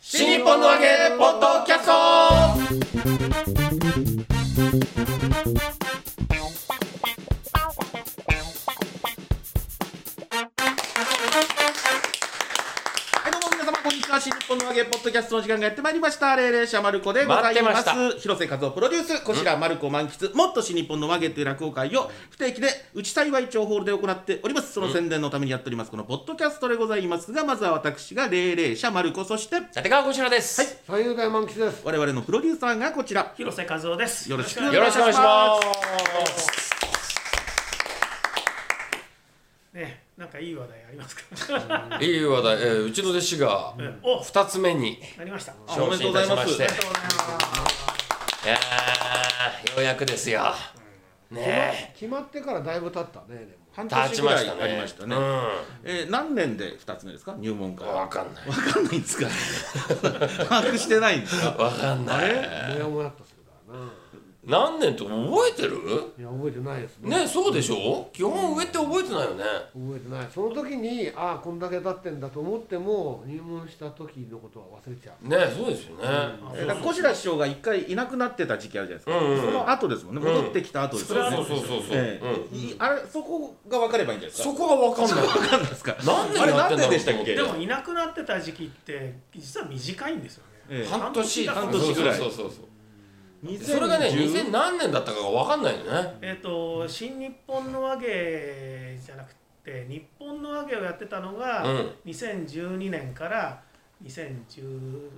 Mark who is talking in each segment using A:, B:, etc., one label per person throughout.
A: 新日本の揚げポッドキャストはいどうも皆様こんにちは新日本の揚げポッドキャストの時間がやってまいりましたレイレイシャマルコでございま
B: 待ってます
A: 広瀬和夫プロデュースこちらマルコ満喫もっと新日本の揚げという落語会を不定期で内幸町ホールで行っておりますその宣伝のためにやっておりますこのポッドキャストでございますがまずは私がレイレイシャマルコそして
B: 立川こしらです、
A: はい
C: 三遊会満喫です。
A: 我々のプロデューサーがこちら
D: 広瀬和夫です。
A: よろしく
B: よろしくお願いします
D: ね、なんかいい話題ありますか。
B: いい話題、えーうちの弟子が
D: お、
B: 二つ目に
D: なりました。ありがとう
B: 昇進いたしまし
A: お
B: て
A: めでとうございま
B: いやーようやくですよね
C: 決まってからだいぶ経ったね。でも
A: 半
B: え
A: 年
B: 立ち
A: ぐ
B: ま
A: ら
B: し
A: い
B: たね
A: ありましたね
B: うん、
A: えー何年で2つ目ですか入門から
B: わかんない
A: わかんないんですか 把握してないんですか
B: わかんない
C: もやもやっとするからな。
B: 何年って覚えてる
C: いや覚えてないですね。
B: ねえそうでしょ基本上って覚えてないよね
C: 覚えてない。その時にああこんだけ経ってんだと思っても入門した時のことは忘れちゃう。
B: ねえそうですよね、
A: えーだから小白師匠が一回いなくなってた時期あるじゃないですか、
B: うんうん
A: その後ですもんね戻ってきた後ですよね、
B: そうそうそうそうそう、
A: えー
B: うん
A: いあれそこが分かればいいんじゃないですか
B: そこがわかんない
A: 分かんないですかあ
B: 何年
A: れ
B: や
A: 何
B: ってんだろう
A: 年でしたっけ
D: でもいなくなってた時期って実は短いんですよ
A: え
D: ね。
A: え
B: 半年
D: 半
A: 年ぐらい
B: そうそうそうそう
A: 2010
B: それがね2000何年だったかが分かんないよね
D: えっと新日本の和芸じゃなくて日本の和芸をやってたの
B: う
D: が
B: ん
D: 2012年から2010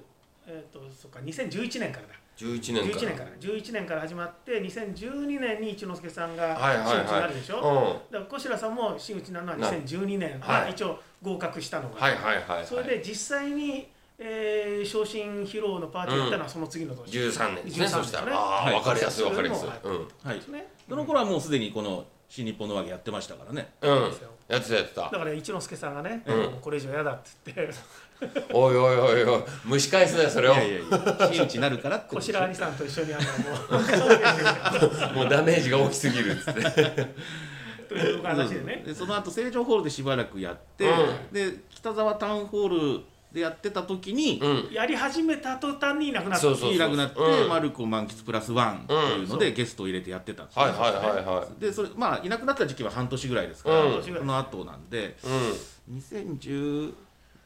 D: えっとそっか2011年からだ。
B: 11
D: 11
B: 年
D: 年
B: から
D: から11年から始まって2012年に一之輔さんが
B: はい
D: 真
B: は
D: 打
B: い
D: ちにな
B: はい
D: るでしょ。
B: う
D: だから小白さんも真打ちなのは
B: な
D: 2012年、
B: はい
D: 一応合格したのが、
B: んはいはいはいはい
D: それで実際に、えー昇進披露のパーティーやったのはその次の年、
B: 13年ですね
D: 13
B: そした
D: ですね
B: らあ
A: はい
B: あ分かりやすい分かりやすい
D: それ
B: うん
D: も
A: はい
D: ね
A: その頃はもうすでにこの新日本のわけやってましたからね
B: うんやってたやって た
D: だから一之輔さんがね、
B: うん
D: もうこれ以上嫌だって 言って
B: おいおいおいおい蒸し返すねそ
A: い
B: れを
A: やいやいや真打ちになるからって
D: 小
A: ことでしょ
D: 白兄さんと一緒にあのも
B: もうダメージが大きすぎるっつって
D: う という話でね
A: う、んその後成城ホールでしばらくやって、
B: う
A: で北沢タウンホールでやってた時に、
B: うん
D: やり始めた途端にいなくなった
B: そうそう
A: いなくなって、
B: うん
A: マルコ満喫プラスワンというので、ゲストを入れてやってたんですよ
B: はいはいはいは
A: でそれまあいなくなった時期は半年ぐらいですから、
B: うん
A: その後なんで
B: いうん
A: 2010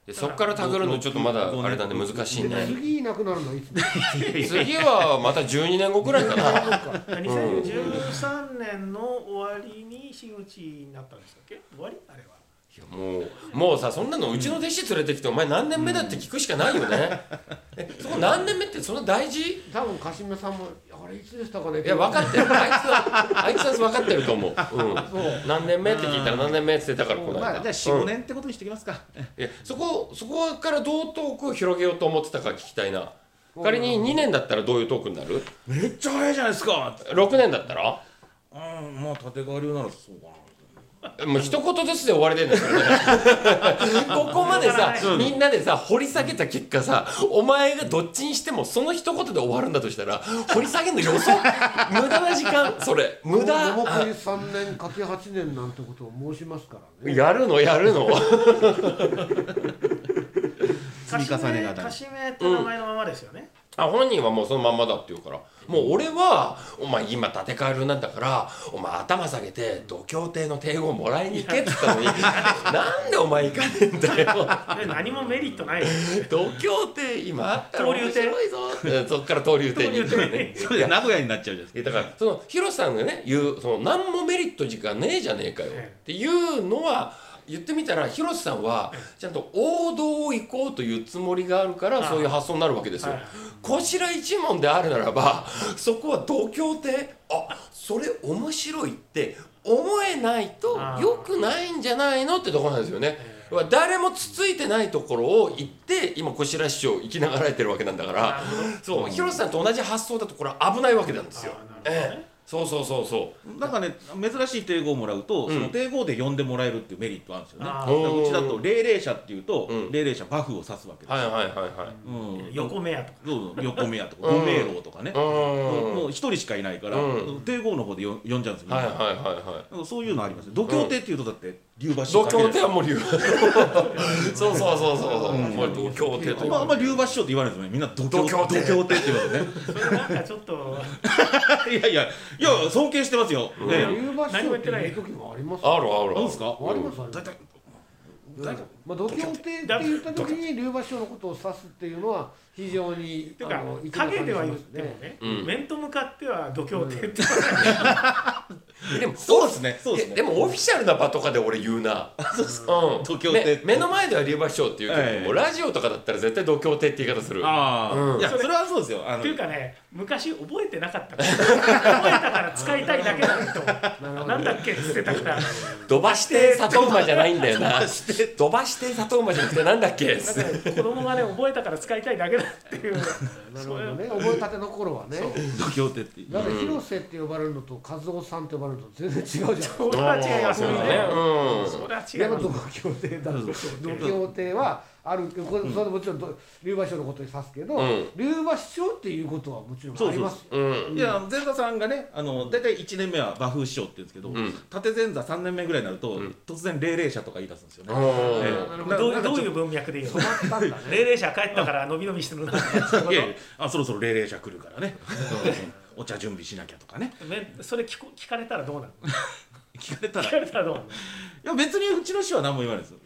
B: でそっからたぐるのちょっとまだあれだね難しい
C: で
B: ね
C: 次いなくなるのはいつだ。
B: 次はまた12年後くらいかな
D: 2013年の終わりに真打ちになったんでしたっけ終わりあれは
B: もうもうさそんなのうちの弟子連れてきてお前何年目だって聞くしかないよ ねえそこ何年目ってそんな大事
C: 多分カシメさんもあれいつでしたかね。
B: いや分かってるあいつはあいつは分かってると思う、
C: そう
B: うん、何年目って聞いたら何年目って言ってたからこの
A: まあ
B: 間
A: じゃあ
B: う
A: 45
B: ん
A: 年ってことにしてきますか、
B: いやそこそこからどうトークを広げようと思ってたか聞きたいな
C: うん
B: 仮に2年だったらどういうトークになる
A: めっちゃ早いじゃないですか
B: 6年だったら
A: うんまあ縦川流ならそうか
B: もう一言ずつで終わりでんだからねここまでさ
D: う
B: みんなでさ掘り下げた結果さお前がどっちにしてもその一言で終わるんだとしたら掘り下げるのよそ無駄な時間それ無
C: でもこ
B: 駄
C: れ三年かけ八年なんてことを申しますからね。
B: やるのやるの
A: 積み重ねが大事
D: カシメって名前のままですよね、
B: あ本人はもうそのまんまだって言うからもう俺はお前今立て替えるなんだからお前頭下げて度胸亭の帝をもらいに行けって言 ったのになんでお前行かねえんだよ
D: で何もメリットないですよ
B: 度胸亭今あったら
D: 登
B: 面
D: 竜亭
B: 白いぞってそっから登竜亭に行くのね
A: それ で名古屋になっちゃうじゃないですか
B: えだからそのヒロさんがね言うその何もメリット時間ねえじゃねえかよっ
D: え
B: ていうのは言ってみたら広瀬さんはちゃんと王道を行こうというつもりがあるから
D: ああ
B: そういう発想になるわけですよ
D: はい。
B: こちら一問であるならばそこは度胸であそれ面白いって思えないと
D: ああ
B: 良くないんじゃないのってとこなんですよね。誰もつついてないところを行って今小白市長生きながられてるわけなんだから
D: なるほど
B: そう広瀬さんと同じ発想だとこれは危ないわけなんですよ
D: あ。ーなるほど
B: え
D: ね
B: え、そうそうそうそう。
A: なんかね珍しい定語をもらうと、
B: うん
A: その定語で呼んでもらえるっていうメリットあるんですよねだ
D: あ
A: か
D: ー
A: らうちだと霊霊者っていうと、
B: うん
A: 霊霊者バフを指すわけです、
B: はいはいはいはい。
A: うん、
D: 横目やとか
A: そうそう横目やとか
B: うん
A: 五名楼とかね、
B: うん。
A: も
B: は
A: う
B: い
A: 一人しかいないから、
B: うん
A: 帝豪の方でよ呼んじゃうんですよ、
B: はいはいはい。
A: そういうのありますよ度胸亭っていうとだって竜橋
B: 度
A: 師匠
B: 胸
A: だけ
B: 亭
A: で
B: はもう竜そうそうそうそうそう、もう度胸亭と
A: あんまあんま竜橋師匠って言わないですよねみんな度胸
B: 度胸亭
A: 度胸亭って言います
D: それなんかちょっと
A: よね いやいやいや尊敬してますよ、ね
C: 言う場所
D: 何も言
C: っ
D: っててない
C: 言う時もあります
B: あ
C: る
B: るある
A: なんですか
C: ありますありますまあ、度胸亭って言った時に龍馬師匠のことを指すっていうのは非常に
D: てか
C: あの粋な感じ
D: 影では言っ
C: します
D: てもね、
B: うん
D: 面と向かっては度胸亭って、
B: でも
A: そうですねそうです
B: で
A: ね
B: でもオフィシャルな場とかで俺言うなうん
A: 度胸亭って
B: め目の前では竜馬師匠って言うけど、
A: ええ
B: もうラジオとかだったら絶対度胸亭って言い方する
A: ああ、
B: うん
A: いやそれはそうですよあの
D: っていうかね昔覚えてなかったから覚えたから使いたいだけだ
C: るほ
D: と
C: ど
D: なんだっけって言ってたからなんか
B: 土橋亭里馬じゃないんだよな土橋亭里馬じゃなくてなんだっけ
D: 子供がね覚えたから使いたいだけだっていう
C: なるほどね覚えたての頃はね
A: 度胸亭って
C: だから広瀬って呼ばれるのと和夫さんって呼ばれるのと全然違うじゃない
D: それは違いますよ
B: そう
D: ね
B: だねうん
D: それは違
C: で
D: い
C: も
D: ます
C: 度胸亭だと度胸亭はあるこれそれはもちろんど龍馬師匠のことに指すけど
B: うん
C: 龍馬師匠っていうことはもちろんありますよ
B: うん
A: いや前座さんがねあの大体1年目は馬風師匠って言うんですけど、
B: ん
A: 縦前座3年目ぐらいになると、突然霊々者とか言い出すんですよね、
B: うん
A: ええ
D: どう
A: ないん
D: う
A: か
D: ど
A: ち
D: う
A: ょ
D: い
A: っ
D: う文脈でいいの
C: あったんだね
D: 霊霊者帰ったからのびのびしてるな
A: といやいやあそろそろ霊々者来るからねうんお茶準備しなきゃとかね
D: めそれ聞こ聞かれたらどう なの
A: 聞かれたら
D: 聞
A: い
D: かれたらどうなの
A: や別にうちの師は何も言わないですよ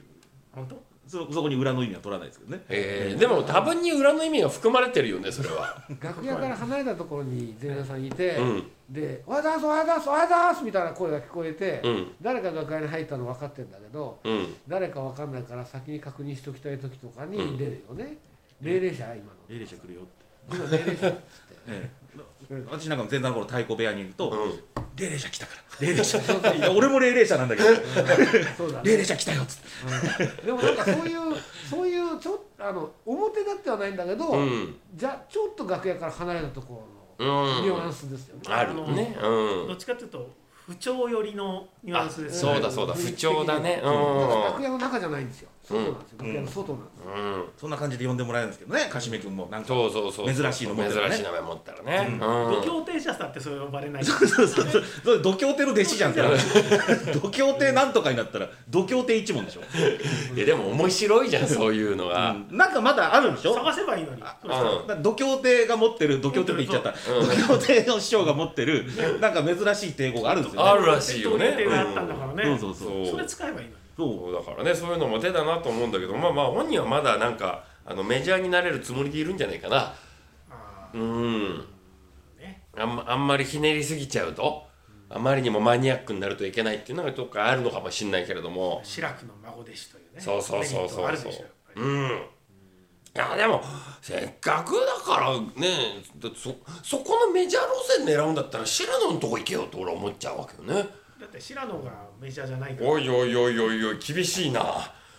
D: 本当
A: そそこに裏の意味は取らないですけどね
B: えーでも多分に裏の意味が含まれてるよねそれは
C: 楽屋から離れたところに前座さんいて、
B: うん
C: で「おはようございますおはようございますおはようございます」みたいな声が聞こえて、
B: うん
C: 誰かが楽屋に入ったの分かってんだけど、
B: うん
C: 誰か分かんないから先に確認しておきたい時とかに
B: うん
C: 出るよね、霊霊者今の
A: 霊々者来るよって、
C: 今 霊霊者っつって
A: ええ
C: うん
A: 私なんかも前座の頃太鼓部屋にいると、
B: うん
A: 霊々者来たから霊々者いや俺も霊々者なんだけど
C: そうだ
A: 霊
C: ね
A: 々者来たよっつって
C: でもなんかそういうそういうちょっとあの表立ってはないんだけど、
B: うん
C: じゃちょっと楽屋から離れたとこ
B: う
C: ろのニュアン
B: ん
C: スですよね、
B: あるねう
D: どっ
B: ん
D: ちかというと不調寄りのニュアンスですよ
B: そ
D: ね
B: うだそうだ不調だねう
C: だから
B: ん
C: 楽屋の中じゃないんですよ外なんですよ、楽屋の外なんですよ、
B: うん
A: そんな感じで呼んでもらえるんですけどねかしめ君もなんか
B: そうそうそう
A: 珍しいの持
B: 持
A: っ
B: ってて
A: たら
B: た
A: ね
B: ね珍しい名前持ったらねうん
D: 度胸亭者さんってそれ呼ばれない
A: そうそうそうそう度胸亭の弟子じゃんそ れ度胸亭なんとかになったら度胸亭一門でしょ、
B: いやでも面白いじゃんそういうのが
A: うんなんかまだあるんでしょ
D: 探せばいいのにそうしたら
B: うん
A: だから度胸亭が持ってる度胸亭って言っちゃった、度胸亭の師匠が持ってるなんか珍しい帝語があるんですよね
B: あるらしいよね
D: そうう予定があったんだからね、
A: そうそうそう
B: そう
D: それ使えばいいのに
A: そう
B: そうだからねそういうのも手だなと思うんだけどまあまあ本人はまだなんかあのメジャーになれるつもりでいるんじゃないかな
D: あ
B: うん
D: ーね
B: あん,、まあんまりひねりすぎちゃうとあまりにもマニアックになるといけないっていうのがどっかあるのかもしれないけれども
D: 志らくの孫弟子というね
B: そうそうそうそ
D: メリットが
B: う
D: ある
B: そ
D: で
B: う
D: しょやっぱり
B: うんいやでもせっかくだからねだってそそこのメジャー路線狙うんだったら白野のとこ行けよと俺は思っちゃうわけよね
D: だって白野がメジャーじゃないから
B: おいおいおいおいおい厳しいな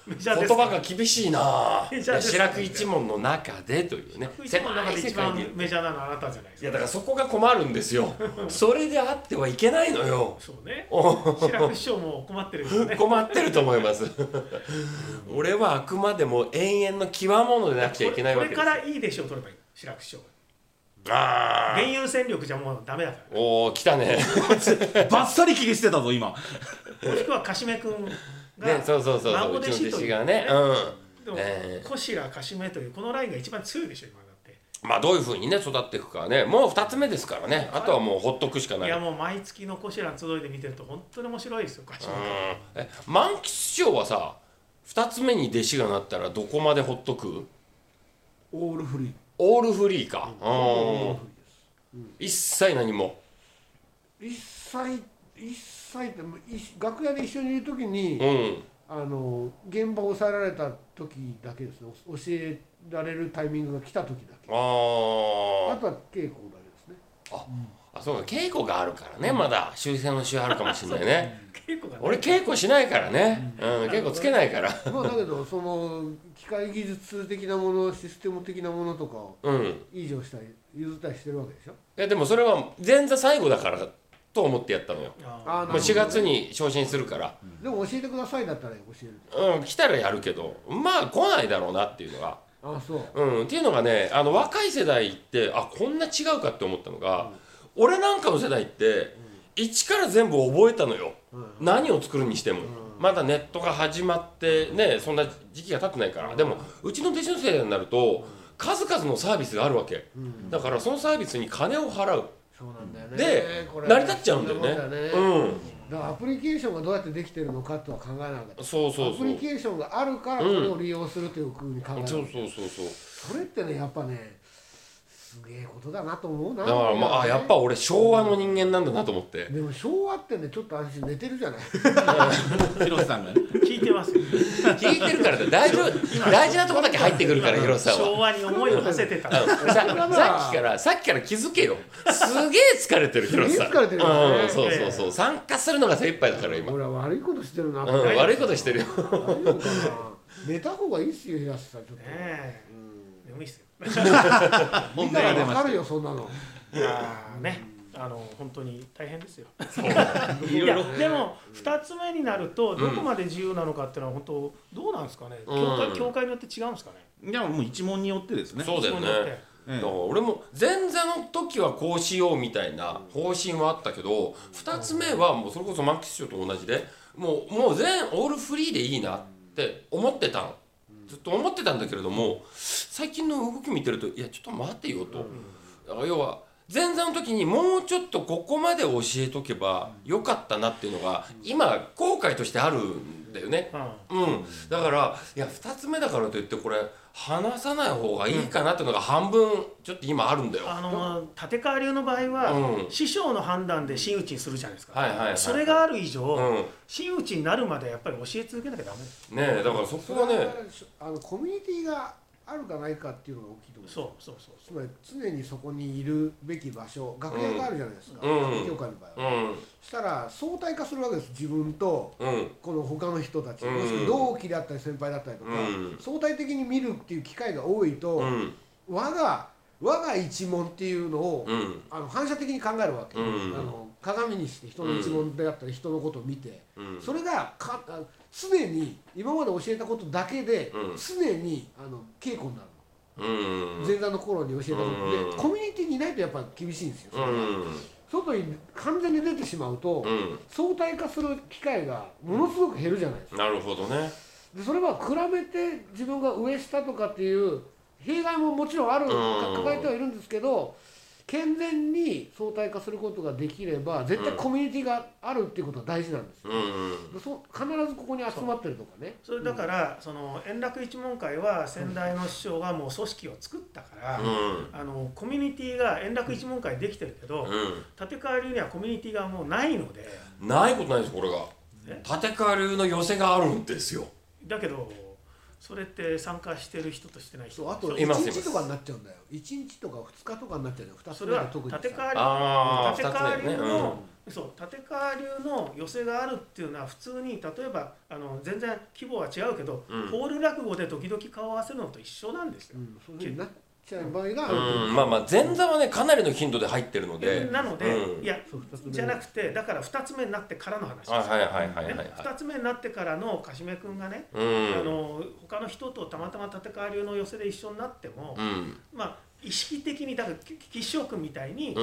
D: メジャーで
B: 言
D: す
B: 葉が厳しいな
D: メジャーです
B: 白く一門の中でというね
D: 一番の中
B: 狭い
D: で
B: 世
D: 一
B: 界にい
D: 番
B: る
D: メジャーなのはあなたじゃないです
B: い
D: か
B: やだからそこが困るんですよそれであってはいけないのよ
D: そうね
B: お
D: 志らく師匠も困ってるんですよね
B: 困ってると思います 俺はあくまでも永遠の極物でなくちゃいけないわけで
D: これ
B: す
D: からいい弟子を取ればいい志らく師匠
B: あ
D: 原
B: ー
D: 油戦力じゃもうダメだか
B: おお来た ね
A: バッサリ切り捨てたぞ今
D: らもしくはかしめ君が、
B: ねそうそうそうそう
D: 孫
B: う
D: 弟
B: ち
D: 子
B: の弟
D: とい
B: 子
D: う
B: がね
D: で
B: うん、
D: も、
B: ね、
D: こしらかしめというこのラインが一番強いでしょ今だって
B: まあどういうふうにね育っていくかはねもう2つ目ですからねあとはもうほっとくしかないい
D: やもう毎月のこしら集いで見てると本当に面白いですよかし
B: う
D: め
B: んえ満喫師匠はさ2つ目に弟子がなったらどこまでほっとく
C: オールフリー
B: オールフリーか、
C: オー
B: う
C: ル
B: ん
C: フリーです
B: 一切何も
C: 一切一切ってい楽屋で一緒にいる時に、
B: うん
C: あの現場を抑えられた時だけですねお教えられるタイミングが来た時だけ
B: あー
C: あとは稽古だけですね
B: あそうか稽古があるからねまだ修正の週あるかもしれない ね
D: 稽古がね
B: 俺稽古しないからね、うん、稽古つけないから
C: まあだけどその機械技術的なものシステム的なものとかを
B: うん
C: 以上したり譲ったりしてるわけでしょ
B: いやでもそれは前座最後だからと思ってやったのよ
C: あ
D: あ
B: もう4月に昇進するから、
C: でも教えてくださいだったら教える
B: うん、来たらやるけどまあ来ないだろうなっていうのが
C: あそう
B: うん、っていうのがねあの若い世代ってあこんな違うかって思ったのが、俺なんかの世代って、一から全部覚えたのよ、
C: うん
B: 何を作るにしても、
C: うん
B: まだネットが始まってねそんな時期が経ってないからでもうちの弟子の世代になると数々のサービスがあるわけだからそのサービスに金を払う
C: そうなんだよね
B: で
C: これ
B: 成り立っちゃうんだよね
C: そなもんだよね
B: う
C: だからアプリケーションがどうやってできてるのかとは考えなかった
B: んそうそう
C: ア
B: そ
C: プ
B: う
C: リケーションがあるからこれを利用するというふうに考える、
B: そうそうそうそう
C: それってねやっぱねすげえことだなと思うな
B: だからまああやっぱ俺昭和の人間なんだなと思って
C: でも昭和ってねちょっと安心寝てるじゃない
A: 広瀬さんがね
D: 聞いてますよ
B: 聞いてるからだ大丈夫大事なとこだけ入ってくるから広瀬さんは
D: 昭和に思いを馳せてた
B: ささっきからさっきから気づけよすげえ疲れてる広瀬さん
C: すげえ疲れてるよね
B: うん、そうそうそう参加するのが精一杯だから今、うん、
C: 俺は悪いことしてるなって、大
B: 悪いことしてるよ
C: 丈夫かな寝た方がいいっすよ平瀬さんちょっと、
D: ね眠いっすよ
A: 問
C: 見た
A: 題が出
C: ら分
A: ま
C: か
A: し
C: る
A: た
C: よそんなの
D: いやーねあの本当に大変ですよ
A: い
D: い
A: ろい
D: や
A: ろ
D: でも2つ目になるとどこまで自由なのかっていうのは本当どうなんですかね
B: う
D: 教
B: ん
D: 会教会によって違うんですかね
A: いやもう一問によってですね
B: そうだよ
D: 教会によっ
B: ね
D: て
A: え
B: だ
A: え
B: から俺も前座の時はこうしようみたいな方針はあったけど2つ目はもうそれこそマックス師匠と同じでもうもう全オールフリーでいいなって思ってたのずっと思ってたんだけれども最近の動き見てるといやちょっと待てよとだから要は前座の時にもうちょっとここまで教えとけばよかったなっていうのが今後悔としてあるんだよね
D: うん
B: うん、だからいや2つ目だからといってこれ話さない方がいいかなっていうのが半分ちょっと今あるんだよ。
D: あの立川流の場合
B: う
D: は
B: ん
D: 師匠の判断で真打ちにするじゃないです
B: はいはいは
D: か
B: い
D: それがある以
B: う
D: 上
B: ん、
D: 真打ちになるまでやっぱり教え続けなきゃダメ
B: ねえだからそこはね
C: あのコミュニティがあるかないかっていうのが大きいと思う
D: そうそうそう
C: つまり常にそこにいるべき場所楽屋があるじゃないですか、
B: うん
C: 教会の場合は、
B: うん
C: したら相対化するわけです自分と
B: うん
C: この他の人たち、
B: うん
C: もしくは同期だったり先輩だったりとか、
B: うん
C: 相対的に見るっていう機会が多いと、
B: うん
C: 我が我が一問っていうのを、
B: うん
C: あの反射的に考えるわけ、
B: うん
C: あの鏡にして人の一問であったり、人のことを見て、
B: うん
C: それがかあ常に今まで教えたことだけで、
B: うん
C: 常にあの稽古になる
B: うん
C: の、前座の頃に教えたことで、
B: うん
C: コミュニティにいないとやっぱ厳しいんですよ、
B: うん
C: 外に完全に出てしまうと、
B: うん
C: 相対化する機会がものすごく減るじゃないですか、
B: なるほどね。
C: でそれは比べて自分が上下とかっていう弊害ももちろんある、
B: うん
C: 抱えてはいるんですけど健全に相対化することができれば絶対コミュニティがあるっていうことは大事なんですよ、
B: うん
C: でそう必ずここに集まってるとかね
D: それだから、その円楽一門会は先代の師匠がもう組織を作ったから、
B: うん
D: あのコミュニティが円楽一門会できてるけど、
B: う
D: 立川流にはコミュニティがもうないので
B: んないことないですこれが
D: え。
B: 立川流の寄せがあるんですよ。
D: だけどそれって参加してる人としてない人
C: そうあと
B: い
C: 1
B: ます
C: 日とかになっちゃうんだよ1日とか2日とかになっちゃうよ2つ
D: そ
C: 目
D: れ
C: が
D: は
C: 特にさ
D: 立川流
B: ああ
D: 立川
B: 二つだよね。
D: 流
B: うん
D: の、そう立川流の寄せがあるっていうのは普通に例えばあの全然規模は違うけど、
B: うん
D: ホール落語で時々顔を合わせるのと一緒なんです
C: う
D: よ。
C: ん、そういうふうになっちゃう場合がある
B: うんまあまあ前座はねかなりの頻度で入ってるので。
D: なので、
B: うん
D: いや
C: そう二つ目
D: じゃなくてだから2つ目になってからの話です、
B: あはいはいはいはいはい
D: ね、2つ目になってからのかしめ君がね、
B: うん
D: あの他の人とたまたま立川流の寄せで一緒になっても、
B: うん
D: まあ意識的にだからきき岸尾君みたいに、
B: う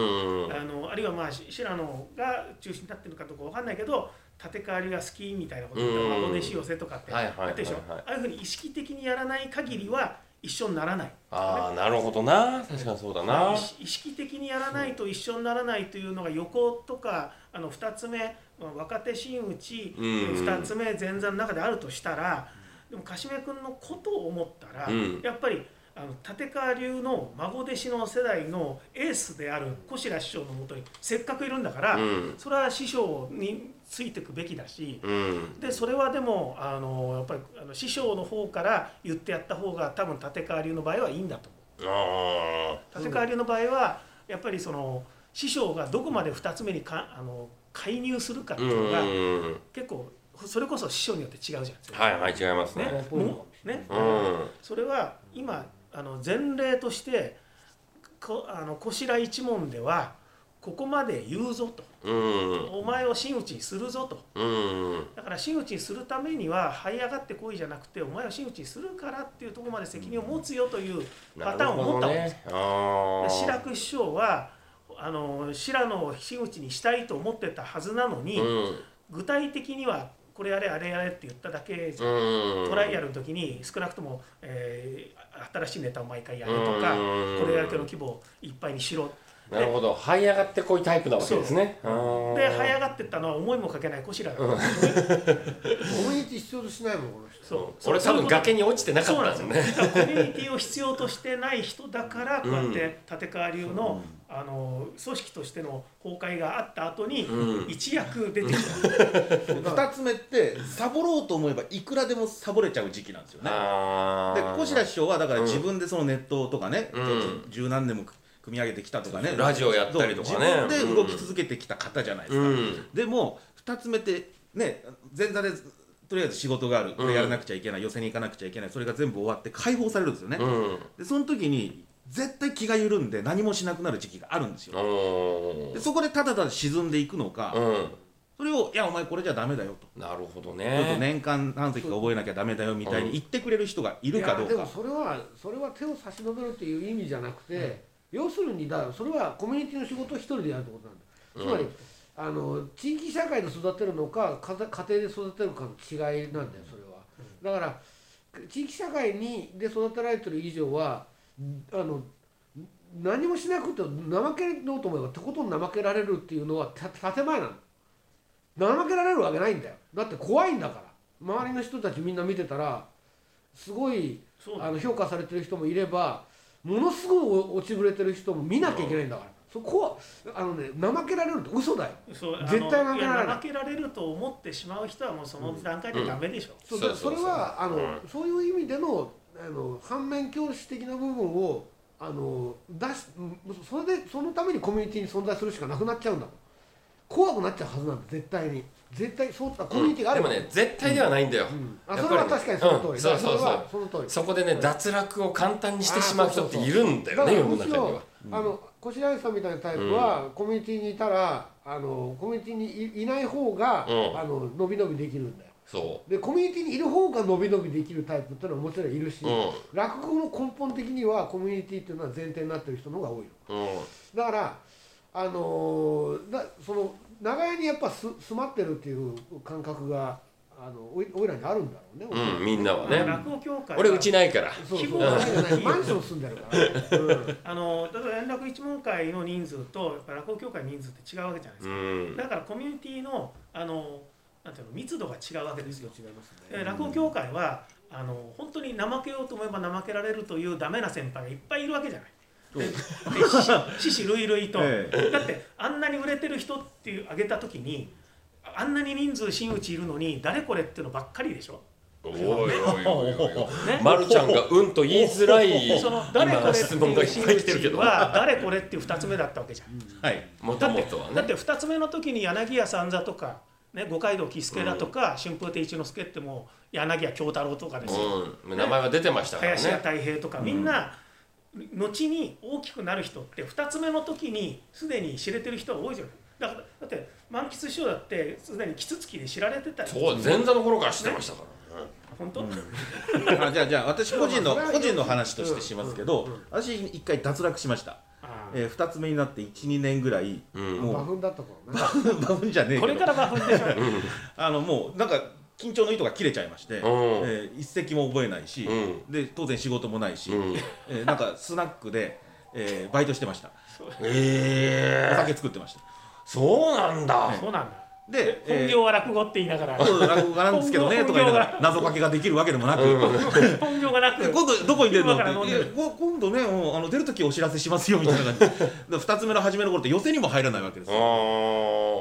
B: ん
D: あのあるいはまあし白野が中心になってるかどうかわかんないけど立川流が好きみたいなことで
B: うん
D: 孫弟子寄せとかって
B: はい
D: や
B: はいはいはい
D: ってるでしょああいうふうに意識的にやらない限りは一緒にならない。
B: ああなるほどな確かにそうだな
D: 意識意識的にやらないと一緒にならないというのが横とかあの2つ目まあ若手真打ち、
B: うん
D: 2つ目前座の中であるとしたらでもかしめ君のことを思ったら、
B: うん
D: やっぱりあの立川流の孫弟子の世代のエースである小白師匠のもとにせっかくいるんだから、
B: うん
D: それは師匠についていくべきだし。
B: うん
D: でそれはでもあのやっぱりあの師匠の方から言ってやった方が多分立川流の場合はいいんだと思う。
B: あ
D: 立川流の場合はやっぱりその師匠がどこまで2つ目にかあの介入するかっ
B: あ
D: て
B: う
D: いうのが
B: ん
D: 結構それこそ師匠によって違うじゃないですか。
B: はいはい違いますね
D: ねもうね
B: うん
D: それは今あの前例としてこあの小白一門ではここまで言うぞと
B: うん
D: お前を真打ちにするぞと
B: うん
D: だから真打ちにするためには這い上がってこいじゃなくてお前を真打ちにするからっていうところまで責任を持つよというパターンを持ったわけです。
B: ねあ
D: で
B: あ
D: 白く師匠はあの白野を真打ちにしたいと思ってたはずなのに、
B: うん
D: 具体的にはこれやれあれやれって言っただけじゃん
B: うん
D: トライアルの時に少なくとも、えー新しいネタを毎回やるとか
B: うん
D: これだけの規模をいっぱいにしろ
B: なるほど這い上がってこういうタイプなわけですねで
D: で這い上がってったのは思いもかけないこしらだから
C: コミュニティ必要としないもんこの人
D: そう
B: 俺多分
D: そういうこと
B: 崖に落ちてなか
D: そうなん
B: った
D: です
B: ん
D: よ、
B: だね
D: だからコミュニティを必要としてない人だからこうやって立川流の,、あの組織としての崩壊があった後に
B: うん
D: 一躍出てきた、
A: 2つ目ってサボろうと思えばいくらでもサボれちゃう時期なんですよね
B: あ
A: で
B: ー
A: 小白師匠はだから自分でそのネットとかね、
B: うん
A: 十何年も組み上げてきたとかね
B: ラジオやったりとかね
A: そう自分で動き続けてきた方じゃないですか、
B: うん
A: でも2つ目ってね前座でとりあえず仕事があるこれやらなくちゃいけない、寄せに行かなくちゃいけないそれが全部終わって解放されるんですよね、
B: うん
A: でその時に絶対気が緩んで何もしなくなる時期があるんですよ、
B: う
A: でそこでただただ沈んでいくのか、
B: んうん
A: それを「いやお前これじゃダメだよ」と。
B: なるほど
A: ちょっと
B: ね
A: 年間何席か覚えなきゃダメだよみたいに言ってくれる人がいるかどう
C: いやで
A: か
C: もそれはそれは手を差し伸べるっていう意味じゃなくて、要するにだからそれはコミュニティの仕事を一人でやるってことなんだつまり、あの地域社会で育てるのかかざ家庭で育てるかの違いなんだよそれは、だから地域社会にで育てられてる以上はあの何もしなくても怠けようと思えばとことん怠けられるっていうのはた建前なの怠けられるわけないんだよだって怖いんだから周りの人たちみんな見てたらすごい
D: そう
C: あの評価されてる人もいればものすごい落ちぶれてる人も見なきゃいけないんだから、そこはあのね怠けられるって嘘だよ
D: そうあの
C: 絶対負けられない
D: いやけられると思ってしまう人はもうその段階でダメでしょ、
C: そう
B: そう
C: だ
B: そうそう
C: それはあの、
B: う
C: そういう意味でのあの反面教師的な部分をあの出しうんそれでそのためにコミュニティに存在するしかなくなっちゃうんだもん怖くなっちゃうはずなんだ絶対に絶対そうあコミュニティがあ
B: で
C: れ
B: も
C: ば、
B: ね絶対ではないんだよ
C: うんあ
B: やっ
C: そ
B: ぱ
C: れ
B: り
C: は
B: ね
C: 確かにその通り、
B: うん
C: だ
B: そ
C: か
B: う
C: ら
B: そう
C: れは
B: そ
C: その通
B: う
C: り
B: そこでね脱落を簡単にしてしまう人って
C: あーそう
B: い
C: そう
B: るんだ
C: だ
B: よ
C: か
B: ね
C: ら
B: 世
C: む
B: の
C: し
B: 中には
C: ろあの小白石さんみたいなタイプは、コミュニティにいたらあのコミュニティにいいない方が、
B: うん
C: あの伸び伸びできるんだよ
B: そ
C: でコミュニティにいる方が伸び伸びできるタイプってのはもちろんいるし、
B: ううん
C: 落語の根本的にはコミュニティっていうのは前提になってる人の方が多いの
B: うん
C: だからあのーだその長屋にやっぱす住まってるっていう感覚があのおいおいらにあるんだろうね、俺
B: うんみんなは
D: あの
B: ね
D: 落語協会は
B: 俺うちないから
C: そう
D: 希
C: そ
D: 望
C: う
D: が
C: ないないマンション住んでるから、ねうん
D: あの例えば円楽一門会の人数とやっぱ落語協会の人数って違うわけじゃないです
B: う
D: か、
B: ん
D: だからコミュニティのあのなんていうの密度が違うわけですよ、
C: 違いますね
D: えー落語協会はあの本当に怠けようと思えば怠けられるというダメな先輩がいっぱいいるわけじゃない。でで獅子類類と、
A: え
D: だってあんなに売れてる人っていうあげた時にあんなに人数真打ちいるのに誰これっていうのばっかりでしょ
B: おいおいおいおいおい
D: ね
B: まるちゃんがうんと言いづらい
D: その誰こ
B: 今
D: れって
B: 質問が
D: い
B: いうっ
D: 真
B: ぱい
D: 打
B: 来てるけ
D: ち
B: ど
D: は誰これっていう2つ目だったわけじゃん
A: はい
B: も
D: だ
B: と
D: っ
B: も
D: て
B: とは
D: だっ
B: ね
D: て2つ目の時に柳家三座とか、ね、五街道喜助だとか、春風亭一之輔ってもう柳家京太郎とかですよ、
B: うん名前は出てましたから
D: 林家
B: ね
D: 太平とかみんな、後に大きくなる人って2つ目の時にすでに知れてる人が多いじゃないだからだって満喫師匠だってすでにキツツキで知られてたり
B: そう前座の頃から知ってましたからね
D: 本当、
A: あじゃあじゃあ私個人の
C: まあそれは
A: 個人の話としてしますけど、
C: うんうんうん
A: 私一回脱落しました、
D: あー
A: えー、2つ目になって12年ぐらい、
B: うん
A: も
C: 馬
A: う
C: 粉だったからね
A: バフンじゃねえ
D: こ
A: け
D: れ
A: ど
D: から馬粉でしょ
A: あのもうなんか緊張の糸が切れちゃいまして、えー一席も覚えないし、
B: う
A: で当然仕事もないし、
B: うん
A: えーなんかスナックで、えーバイトしてました
B: え
A: お
B: え
A: 酒作ってました
B: そうなんだ
D: そうなんだ
A: で
D: 本業は落語って言いながら、
A: えーそう落語家なんですけどねとか言いながら謎かけができるわけでもなく、
D: 本業がなく
A: で今度どこに出るのっ
D: 今
A: て
D: から飲んでる
A: いや今度ねもうあの出る時お知らせしますよみたいな感じで で2つ目の初めの頃って寄せにも入らないわけですよ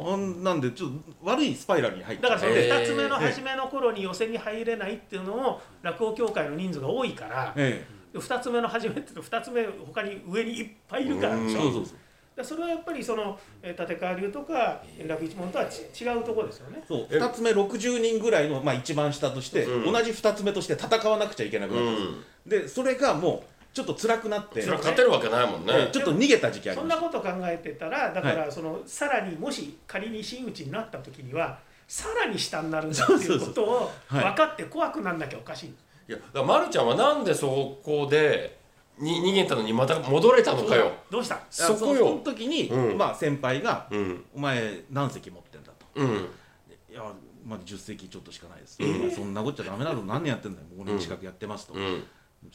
B: あ
A: なんなんでちょっと悪いスパイラルに入っちゃ
D: だ
A: う
D: からその
B: えー
D: 2つ目の初めの頃に寄席に入れないっていうのも落語協会の人数が多いから
A: え
D: 2つ目の初めって2つ目他に上にいっぱいいるから
B: う
D: で
B: ん
A: え
D: しょ
A: そうそうそう
D: だからそれはやっぱりそのえー立川流とか円楽一門とはち違うところですよね
A: そう2つ目60人ぐらいの、まあ、一番下として、
B: うん
A: 同じ2つ目として戦わなくちゃいけなくなったんです、でそれがもうちょっと辛くなって
B: それは勝てるわけないもん
A: ええ
B: ね
A: ちょっと逃げた時期あり
D: そん
A: まし
D: なこと考えてたらだからそのさらにもし仮に真打ちになった時にはさらに下になるんだっていうことを
A: はい
D: 分かって怖くなんなきゃおかしい
B: いやだからまるちゃんはなんでそこでに逃げたのにまた戻れたのかよ
D: どうした
A: た
B: そこ
A: のその
B: よ
A: 時に、
B: うん
A: まあ、先輩が
B: うん
A: 「お前何席持ってんだ」と
B: うん
A: 「いやまあ、10世紀ちょっとしかないです、お前そんなことちゃダメだろ何年やってんだよもう5年近くやってますと、
B: う
A: ちょ
B: ん
A: っ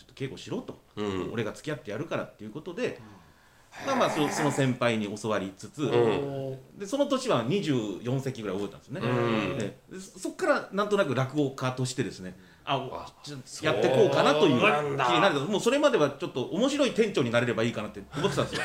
A: と稽古しろと、
B: うん
A: 俺が付き合ってやるからっていうことで、まあまあそその先輩に教わりつつ、
B: う
A: でその年は24席ぐらい覚えたんですね、
B: うん
A: ででそこからなんとなく落語家としてですねあ
B: あ
A: ちょっとやってこうかなという気
B: そうな
A: に
B: んだ
A: なれたもうそれまではちょっと面白い店長になれればいいかなって思ってたんですよ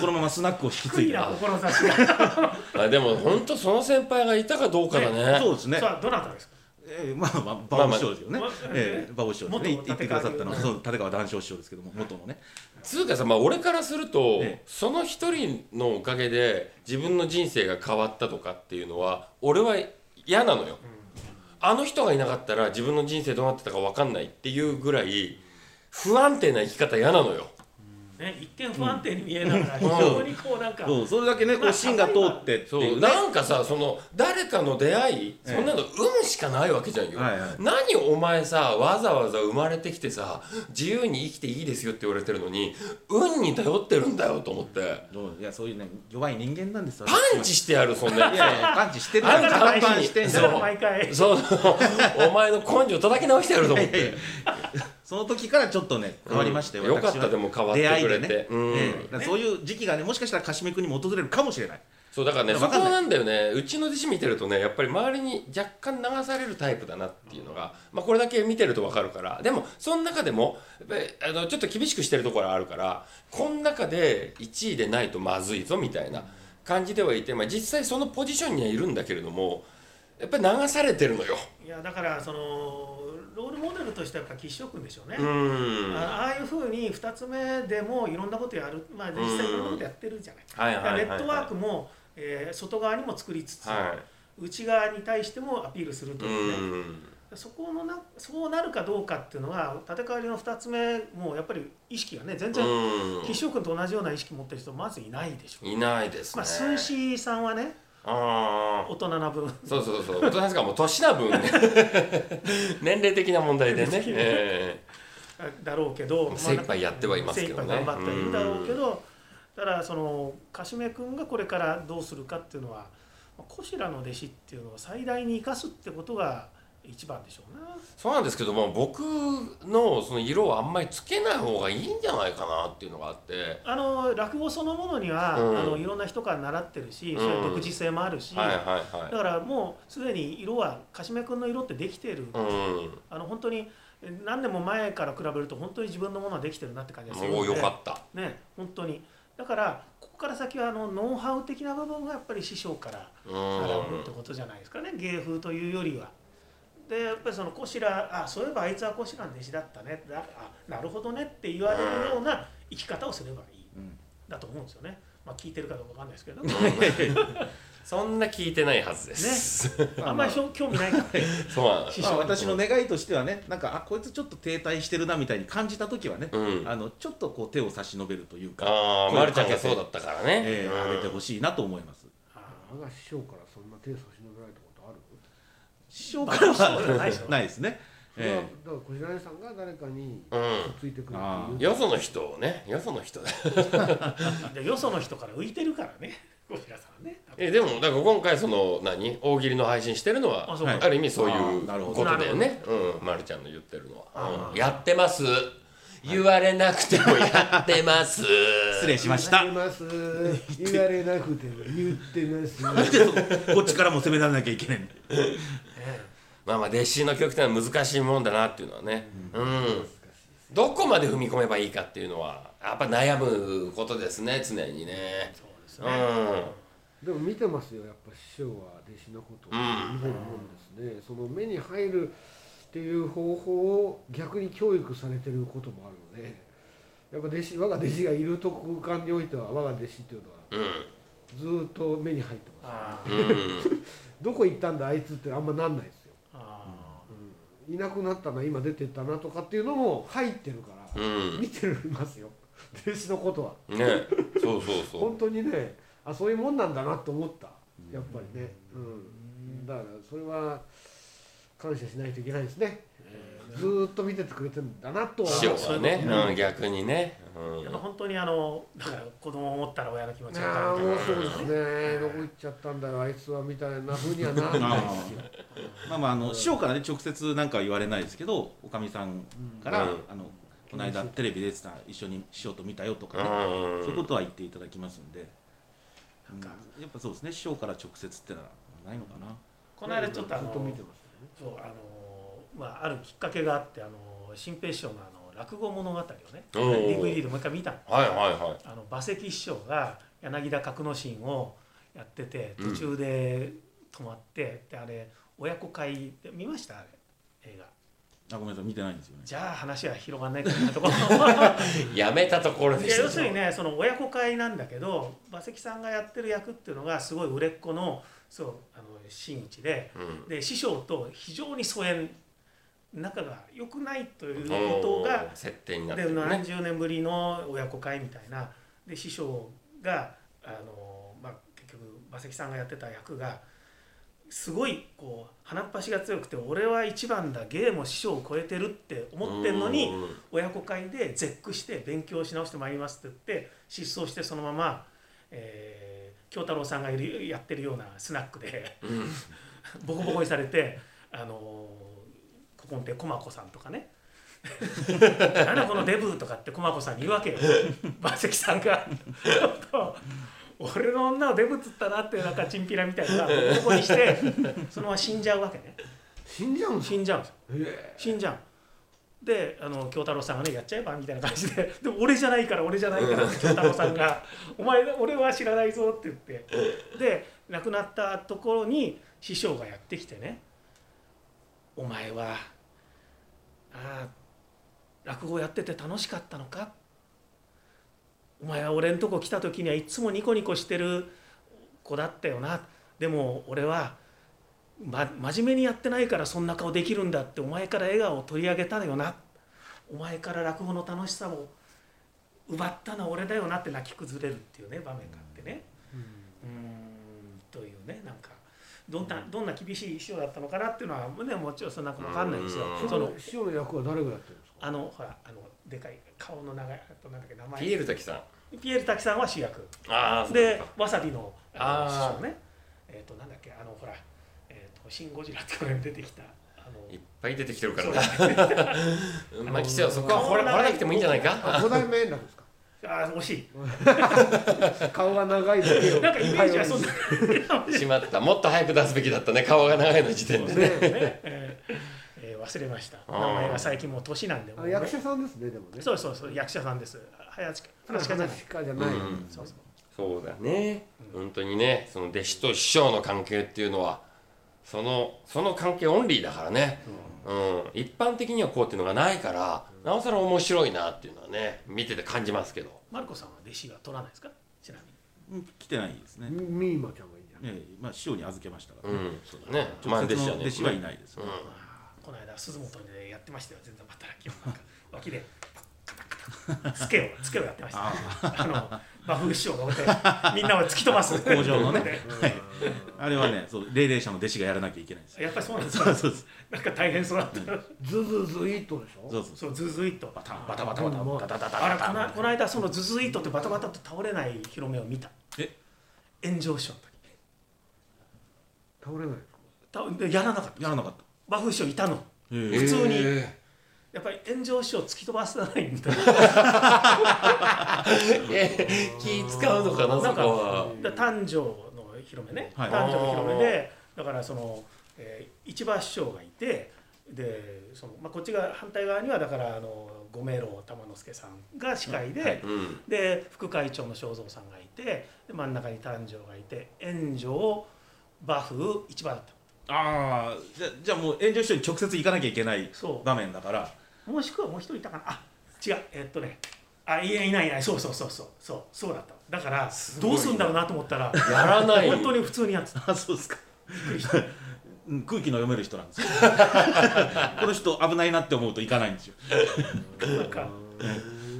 A: このままスナックを引き継
D: 低
A: い
D: い
A: で
D: な志が
B: あでも本当その先輩がいたかどうかだね
A: そうですね
D: さあどなたですか
A: えー、まあまあ馬王師匠ですよね
D: まあまあ。
A: えー馬王師匠ですね。言
D: 元
A: ってくださったのは
D: 立
A: そう立川談笑師匠ですけども元のね。
B: つうかさまあ俺からすると、
A: ええ
B: その一人のおかげで自分の人生が変わったとかっていうのは俺は嫌なのよ、あの人がいなかったら自分の人生どうなってたか分かんないっていうぐらい不安定な生き方嫌なのよ
D: ね一見不安定に見えながら非常にこうなんか
A: そうそれだけねこう芯が通ってって
B: そう
A: いうね。
B: なんかさその誰かの出会い、
A: ええ
B: そんなの運しかないわけじゃんよ、
A: はいはい
B: 何お前さわざわざ生まれてきてさ自由に生きていいですよって言われてるのに運に頼ってるんだよと思って
A: そういやそういうね弱い人間なんですよ。
B: パンチしてやるそんなやつ
A: いやいやパンチしてる
B: あ
A: パ
B: んた
A: ンパンしてんじ
D: だ
A: ゃ
D: か
A: ん
D: ら
A: い
D: 毎回
B: そうそうお前の根性叩き直してやると思っ
A: やいやい
B: て
A: や。その時からちょっとね変わりましたよ。
B: うんよかっ
A: 私
B: た
A: は
B: でも変わってくれ
A: 出会
B: て
A: いでね
B: うん
A: えーだからそういう時期がねもしかしたらカシメ君にも訪れるかもしれない。
B: そうだからね
A: いや
B: そ
A: わ
B: こ
A: かんない
B: なんだよねうちの弟子見てるとねやっぱり周りに若干流されるタイプだなっていうのが、まあ、これだけ見てると分かるからでもその中でもやっぱりあのちょっと厳しくしてるところはあるからこの中で1位でないとまずいぞみたいな感じではいて、まあ、実際そのポジションにはいるんだけれどもやっぱり流されてるのよ。
D: いやだからそのロールモデルとしてはやっぱ岸尾君でしょうね、
B: うん
D: あああいうふうに2つ目でもいろんなことやる、まあ、実際いろんなことやってるじゃない,、
B: はいはいはいはい
D: ネットワークも、えー外側にも作りつつ、
B: は
D: 内側に対してもアピールする
B: い、
D: と
B: う
D: いうね、
B: ん
D: そこのなそうなるかどうかっていうのは立て替わりの2つ目もうやっぱり意識がね全然
B: うん
D: 岸尾君と同じような意識持ってる人まずいないでしょう、
B: いないですね。
D: まあ数子さんはね
B: ああ
D: 大人な分
B: そうそうそう大人ですからもう年 な分ね年齢的な問題でね、え
D: だろうけど、
B: もう精一杯やってはいますけどね
D: 精一杯頑張ってはいるだろうけどただそのカシメ君がこれからどうするかっていうのはまあコシラの弟子っていうのを最大に生かすってことが一番でしょうな
B: えそうなんですけども僕のその色をあんまりつけない方がいいんじゃないかなっていうのがあって
D: あの落語そのものには、
B: うん
D: あのいろんな人から習ってるし、
B: うん
D: そういう独自性もあるし、
B: はいはい
D: だ
B: は
D: からもうすでに色はカシメ君の色ってできてる、
B: いうん
D: あの本当に何年も前から比べると本当に自分のものはできてるなって感じがする
B: お
D: の
B: お
D: で
B: よかった
D: ね本当にだからここから先はあのノウハウ的な部分がやっぱり師匠から
B: うん
D: 学ぶってことじゃないですかね芸風というよりは。でやっぱりそのこしらあそういえばあいつはこしらの弟子だったねだあなるほどねって言われるような生き方をすればいい、
A: ん
D: だと思うんですよね。まあ聞いてるかどうかわかんないですけど、
B: そんな聞いてないはずです、
D: あんまりしょ興味ないから、
B: そうなんです
D: 師
A: まあ、
D: 匠
A: 私の願いとしてはねなんかあこいつちょっと停滞してるなみたいに感じた時はね、
B: うん
A: あのちょっとこう手を差し伸べるというか、
B: ああまるちゃんがそうだったからね、
A: えー、上げて
B: うん
A: ほしいなと思います
C: 我が師匠からそんな手差し伸べられたことある
A: 師匠から
D: そうじゃないでし
A: は
D: ょ
A: ないですね、
C: それは
A: え
C: だから小白井さんが誰かに
B: うん
C: ついてくる
A: あ
C: っていう
B: よその人をねよその人だ
D: でよその人から浮いてるからねこしらさんはね。
B: えでもだから今回その何大喜利の配信してるのは
D: あそうか
B: ある意味そうい
A: あ
B: う
A: ーなるほ
B: こ
A: ど
B: とだよね、うん、まるちゃんの言ってるのは
D: あ、
B: う
D: ー
B: んやってます言われなくてもやってます
A: 失礼しました
C: 言われます 言われなくても言ってま
A: なん
C: す
A: でそうこっちからも責められなきゃいけないんだ
B: まあまあ弟子の曲ってのは難しいもんだなっていうのはねうん、どこまで踏み込めばいいかっていうのはやっぱ悩むことですね常にね
D: そうです
B: う
D: ね。
B: ん
C: でも見てますよやっぱ師匠は弟子のことを見てるもんですね、その目に入るっていう方法を逆に教育されてることもあるのでやっぱ弟子我が弟子がいると空間においては我が弟子っていうのは
B: うん
C: ずーっと目に入ってます
D: あ
B: うん
C: どこ行ったんだあいつってあんまなんないですよ
D: ーあ
C: いなくなったな今出てったなとかっていうのも入ってるから、見てるますよ弟子のことは
B: うんねそうそうそう
C: 本当にねあそういうもんなんだなと思ったやっぱりね、うんだからそれは感謝しないといけないですね。ずーっと見ててくれてるんだなとは
B: 師匠はね、うん、逆にね、
D: あ
B: う
D: の本当にあのだから子供を持ったら親の気持ち
C: あ
D: が
C: あ
D: 分か
C: も
D: る
C: うそうですねどこ行っちゃったんだよあいつはみたいなふうにはならないですよ
A: まあまああの師匠からね直接なんかは言われないですけどおかみさんから、
B: うん
A: あのこの間テレビ出てた一緒に師匠と見たよとかね、
B: ん
A: そういうことは言っていただきますんで、うんやっぱそうですね師匠から直接ってのはないのかな、
D: この間ちょっとあ
C: ず
D: の
C: っと見てますよね
D: そうあのまああるきっかけがあってあの新平師匠のあの落語物語をね
B: おー
D: DVD でもう一回見たの
B: はいはいはい。
D: あの馬関師匠が柳田格之進をやってて途中で止まって、であれ親子会で見ましたあれ映画
A: あごめんなさい見てないんですよね
D: じゃあ話は広がんないかな ところ
B: やめたところ
D: い
B: でし
D: や
B: た。
D: 要するにねその親子会なんだけど馬関さんがやってる役っていうのがすごい売れっ子のそうあの真一で
B: うん。
D: で師匠と非常に疎遠仲が良くないということ
B: お
D: が
B: ー設定になって
D: で
B: るね。
D: 70年ぶりの親子会みたいなで師匠があの、まあ、結局馬関さんがやってた役がすごいこう鼻っ端が強くて「俺は一番だ芸も師匠を超えてる」って思ってんのに
B: うん
D: 親子会で絶句して勉強し直してまいりますって言って失踪してそのまま、えー京太郎さんがいるやってるようなスナックでボコボコにされてあの古今亭駒子さんとかねなんだこのデブとかって駒子さんに言うわけよ馬関さんが。俺の女をデブっつったなってなんかチンピラみたいなボコボコにしてそのまま死んじゃうわけね
C: 死んじゃうんですか
D: 死んじゃうんですよ
C: へ
D: 死んじゃうであの京太郎さんがねやっちゃえばみたいな感じででも俺じゃないから俺じゃないからって京太郎さんが「お前俺は知らないぞ」って言ってで亡くなったところに師匠がやってきてね「お前はああ落語やってて楽しかったのかお前は俺んとこ来た時にはいつもニコニコしてる子だったよなでも俺はま、真面目にやってないからそんな顔できるんだってお前から笑顔を取り上げたよなお前から落語の楽しさを奪ったのは俺だよなって泣き崩れるっていうね場面があってねうーんというねなんかどんなどんな厳しい師匠だったのかなっていうのはねもちろんそんなこと分かんないですよ
B: うん
D: そ
C: そ
D: の
C: の師匠の役は誰がやってるんですか
D: あのほらあのでかい顔の長いあとなんだっけ名前
B: ピエール滝さん。
D: ピエール滝さんは主役
B: ああ。
D: でわさびのあの
B: あー
D: 師匠ねえっ、となんだっけあのほらえっ、とシンゴジラってこれに出てきたあの
B: いっぱい出てきてるからね。
D: そう
B: うんまあ、吉瀬はそこは掘ら掘らなくてもいいんじゃないか。
C: あ五代目円楽ですか
D: あー惜 し
C: 顔が長いだけ
D: い
C: を
D: なんかイメージはそんな
B: しまった。もっと早く出すべきだったね。顔が長いの時点でね。
C: ね
D: ね、えーえー忘れました
B: あー
D: 名前が最近もう年なんでも
C: あ
D: うね
C: 役者さんですねでもね
D: そうそうそう役者さんです早し
C: 話
D: 話
C: し
D: し
C: 家
D: 方
C: じ
D: じ
C: ゃ
D: ゃ
C: な
D: ないい
B: うん
D: そうそう
B: そうだね。本当にね、その弟子と師匠の関係っていうのは、そのその関係オンリーだからね。うん、一般的にはこうっていうのがないから、なおさら面白いなっていうのはね、見てて感じますけど。
D: マルコさんは弟子は取らないですかちなみに
A: うん来てないですね、
C: ミミーマちゃんがいいんじゃない
A: ええまあ、師匠に預けましたから、
B: う
A: ね
B: ん、そうだね。まあ
A: 直接の
B: ね
A: 弟子はいないです、
B: うん。
D: あーこの間鈴本でやってましたよ全然働きをなんか脇でパッカタカタつけをつけをやってましたあの馬風師匠がおってみんなを突き飛ばす
A: 工場のね、はい、 あれはねそう霊々者の弟子がやらなきゃいけないんですよ
D: やっぱりそうなんで す
A: そう
D: よ
A: そうそう
D: なんか大変そうだった
C: ズズズイットでしょ
A: そうそう
D: そうズズイッと
A: バタンバタバタバタバタバタバタ
D: あ
A: バ
D: ら
A: タ
D: このこの間そのズズイッとってバタバタと倒れない広めを見た
A: え
D: 炎上しちゃった
C: 倒れないですか
D: たでやらなかった
A: やらなかった
D: 和風師匠いたの
A: え
D: 普通に
B: え
D: やっぱり炎上師匠突き飛ばさないんだ
B: ーえ気使うのかな、そ
D: な
B: こ
D: んか
B: は。
D: だ誕生の広めね、
A: はい
D: 誕生の広めでだからその、えー市場師匠がいてでその、まあ、こっち側反対側にはだからあの五名楼玉之助さんが司会で、
B: うん。
D: で副会長の正蔵さんがいてで真ん中に誕生がいて炎上馬風市場だった
A: ああじゃじゃあもう炎上師匠に直接行かなきゃいけない
D: そう
A: 場面だから
D: もしくはもう一人いたかなあ違うえっとねあいやいないいないそうそうそうそうそうそうだっただから
B: ごい
D: ど
B: な
D: うするんだろうなと思った
B: や
D: ら
B: らない
D: 本当に普通にやってた
A: あそうですかうん 空気の読める人なんですよこの人危ないなって思うと行かないんですよ、
D: なんか、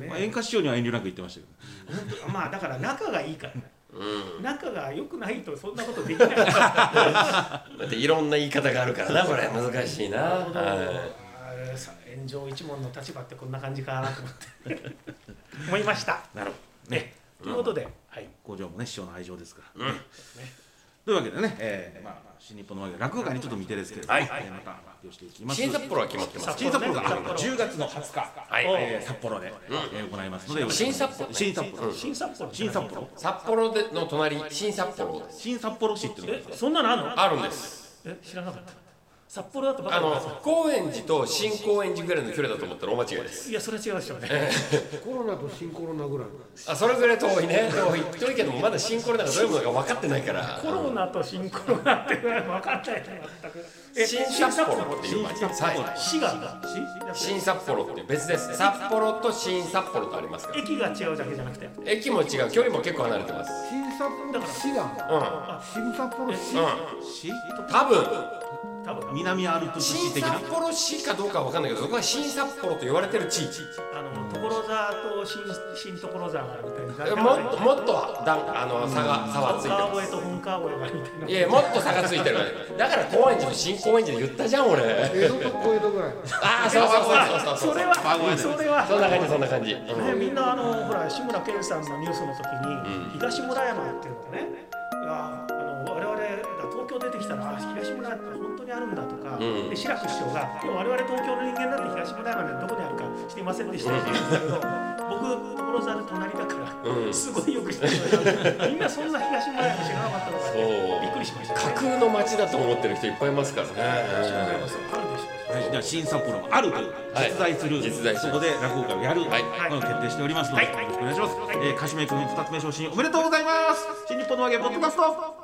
A: まあ、
D: ね
A: 演歌師匠には遠慮なく行ってましたけど
D: まあだから仲がいいからね
B: うん
D: 仲が良くないとそんなことできないな
B: だっていろんな言い方があるからなこれ難しいな
D: るほど
B: は
D: あーさ炎上一門の立場ってこんな感じかなと思って思いました
A: なるほどね
D: ということで、はい
A: 工場もね師匠の愛情ですから、
B: うん
A: ねというわけでね、えーまあ、まあ新日本のわけで落語会にちょっと似てですけれども、
B: はいはい
A: えーまた発表していきま
B: い
A: す
B: 新札幌は決まってます
A: 新札幌
D: 札
A: が
D: 幌
A: 10月の20日、
B: はい
D: おう
A: えー札幌で、えー行いますのでよろしくお願いします
B: 新
A: 新札幌
D: 新札幌
A: 新札幌
B: 札幌での隣新札幌です
A: 新札幌市っていうのがあ
D: え
A: るんですよ
D: そんなのあるの
B: あるんです
D: え知らなかった札幌だとば
B: あ
D: かり
B: の
D: なんですよ
B: 高円寺と新高円寺ぐらいの距離だと思ったらお間違いです
D: いやそれは違うでしょうね
C: コロナと新コロナぐらいの
B: あそれぐらい遠いね遠い遠いけどもまだ新コロナがどういうものか分かってないから
D: コロナと新コロナって分かんないな全くえ
B: 新札幌っていう街です、はい、
D: 市が市
B: 新札幌っていう別です札幌と新札幌とありますから
D: 駅が違うだけじゃなくて
B: 駅も違う距離も結構離れてます
C: 新札幌市が
B: うんうん
C: 新札幌市
A: 市
B: 多分
D: 多分
A: 南アルプス
B: 新
A: 市的
B: 札
A: な
B: 幌市かどうかは分かんないけどそこは新札幌と言われてる地域
D: あの所沢と新新所沢がみた
B: え
D: いな
B: もっともっとはだんあの差が差はついてる
D: 川越と本川越がみたいない
B: やもっと差がついてるだから高円寺と新高円寺で言ったじゃん俺
C: 江戸と小江戸ぐらい
B: ああそうそうそうそう
D: それは
B: そ
D: それは
B: んな感じそんな感じ、うん
D: ね、みんなあのほら志村けんさんのニュースの時に、東村山っていうのがねああの我々が東京出てきたらあ東村って本当にあるんだとか、
B: うん
D: で志らく師匠が「いや我々東京の人間なんて東村山でどこにあるか知りませんでした」って言うんだけど僕所沢の隣だから、
B: うん
D: すごいよく知ってるみんなそんな東村山知らなかったのかっ
B: そ
D: て
B: う
D: びっくりしました、
B: 架空の街だと思ってる人いっぱいいますからね。
D: 東村山さんあるでしょ
A: はい、じゃあ新札幌があるという
B: はい
A: 実在する、
B: 実在す
A: そ
B: る
A: こで落語会をやる、
B: はい
A: この決定しておりますので、
D: はい
A: よろしくお願いします、えー、かしめ君一発目昇進おめでとうございます新日本の揚げポッドキャスト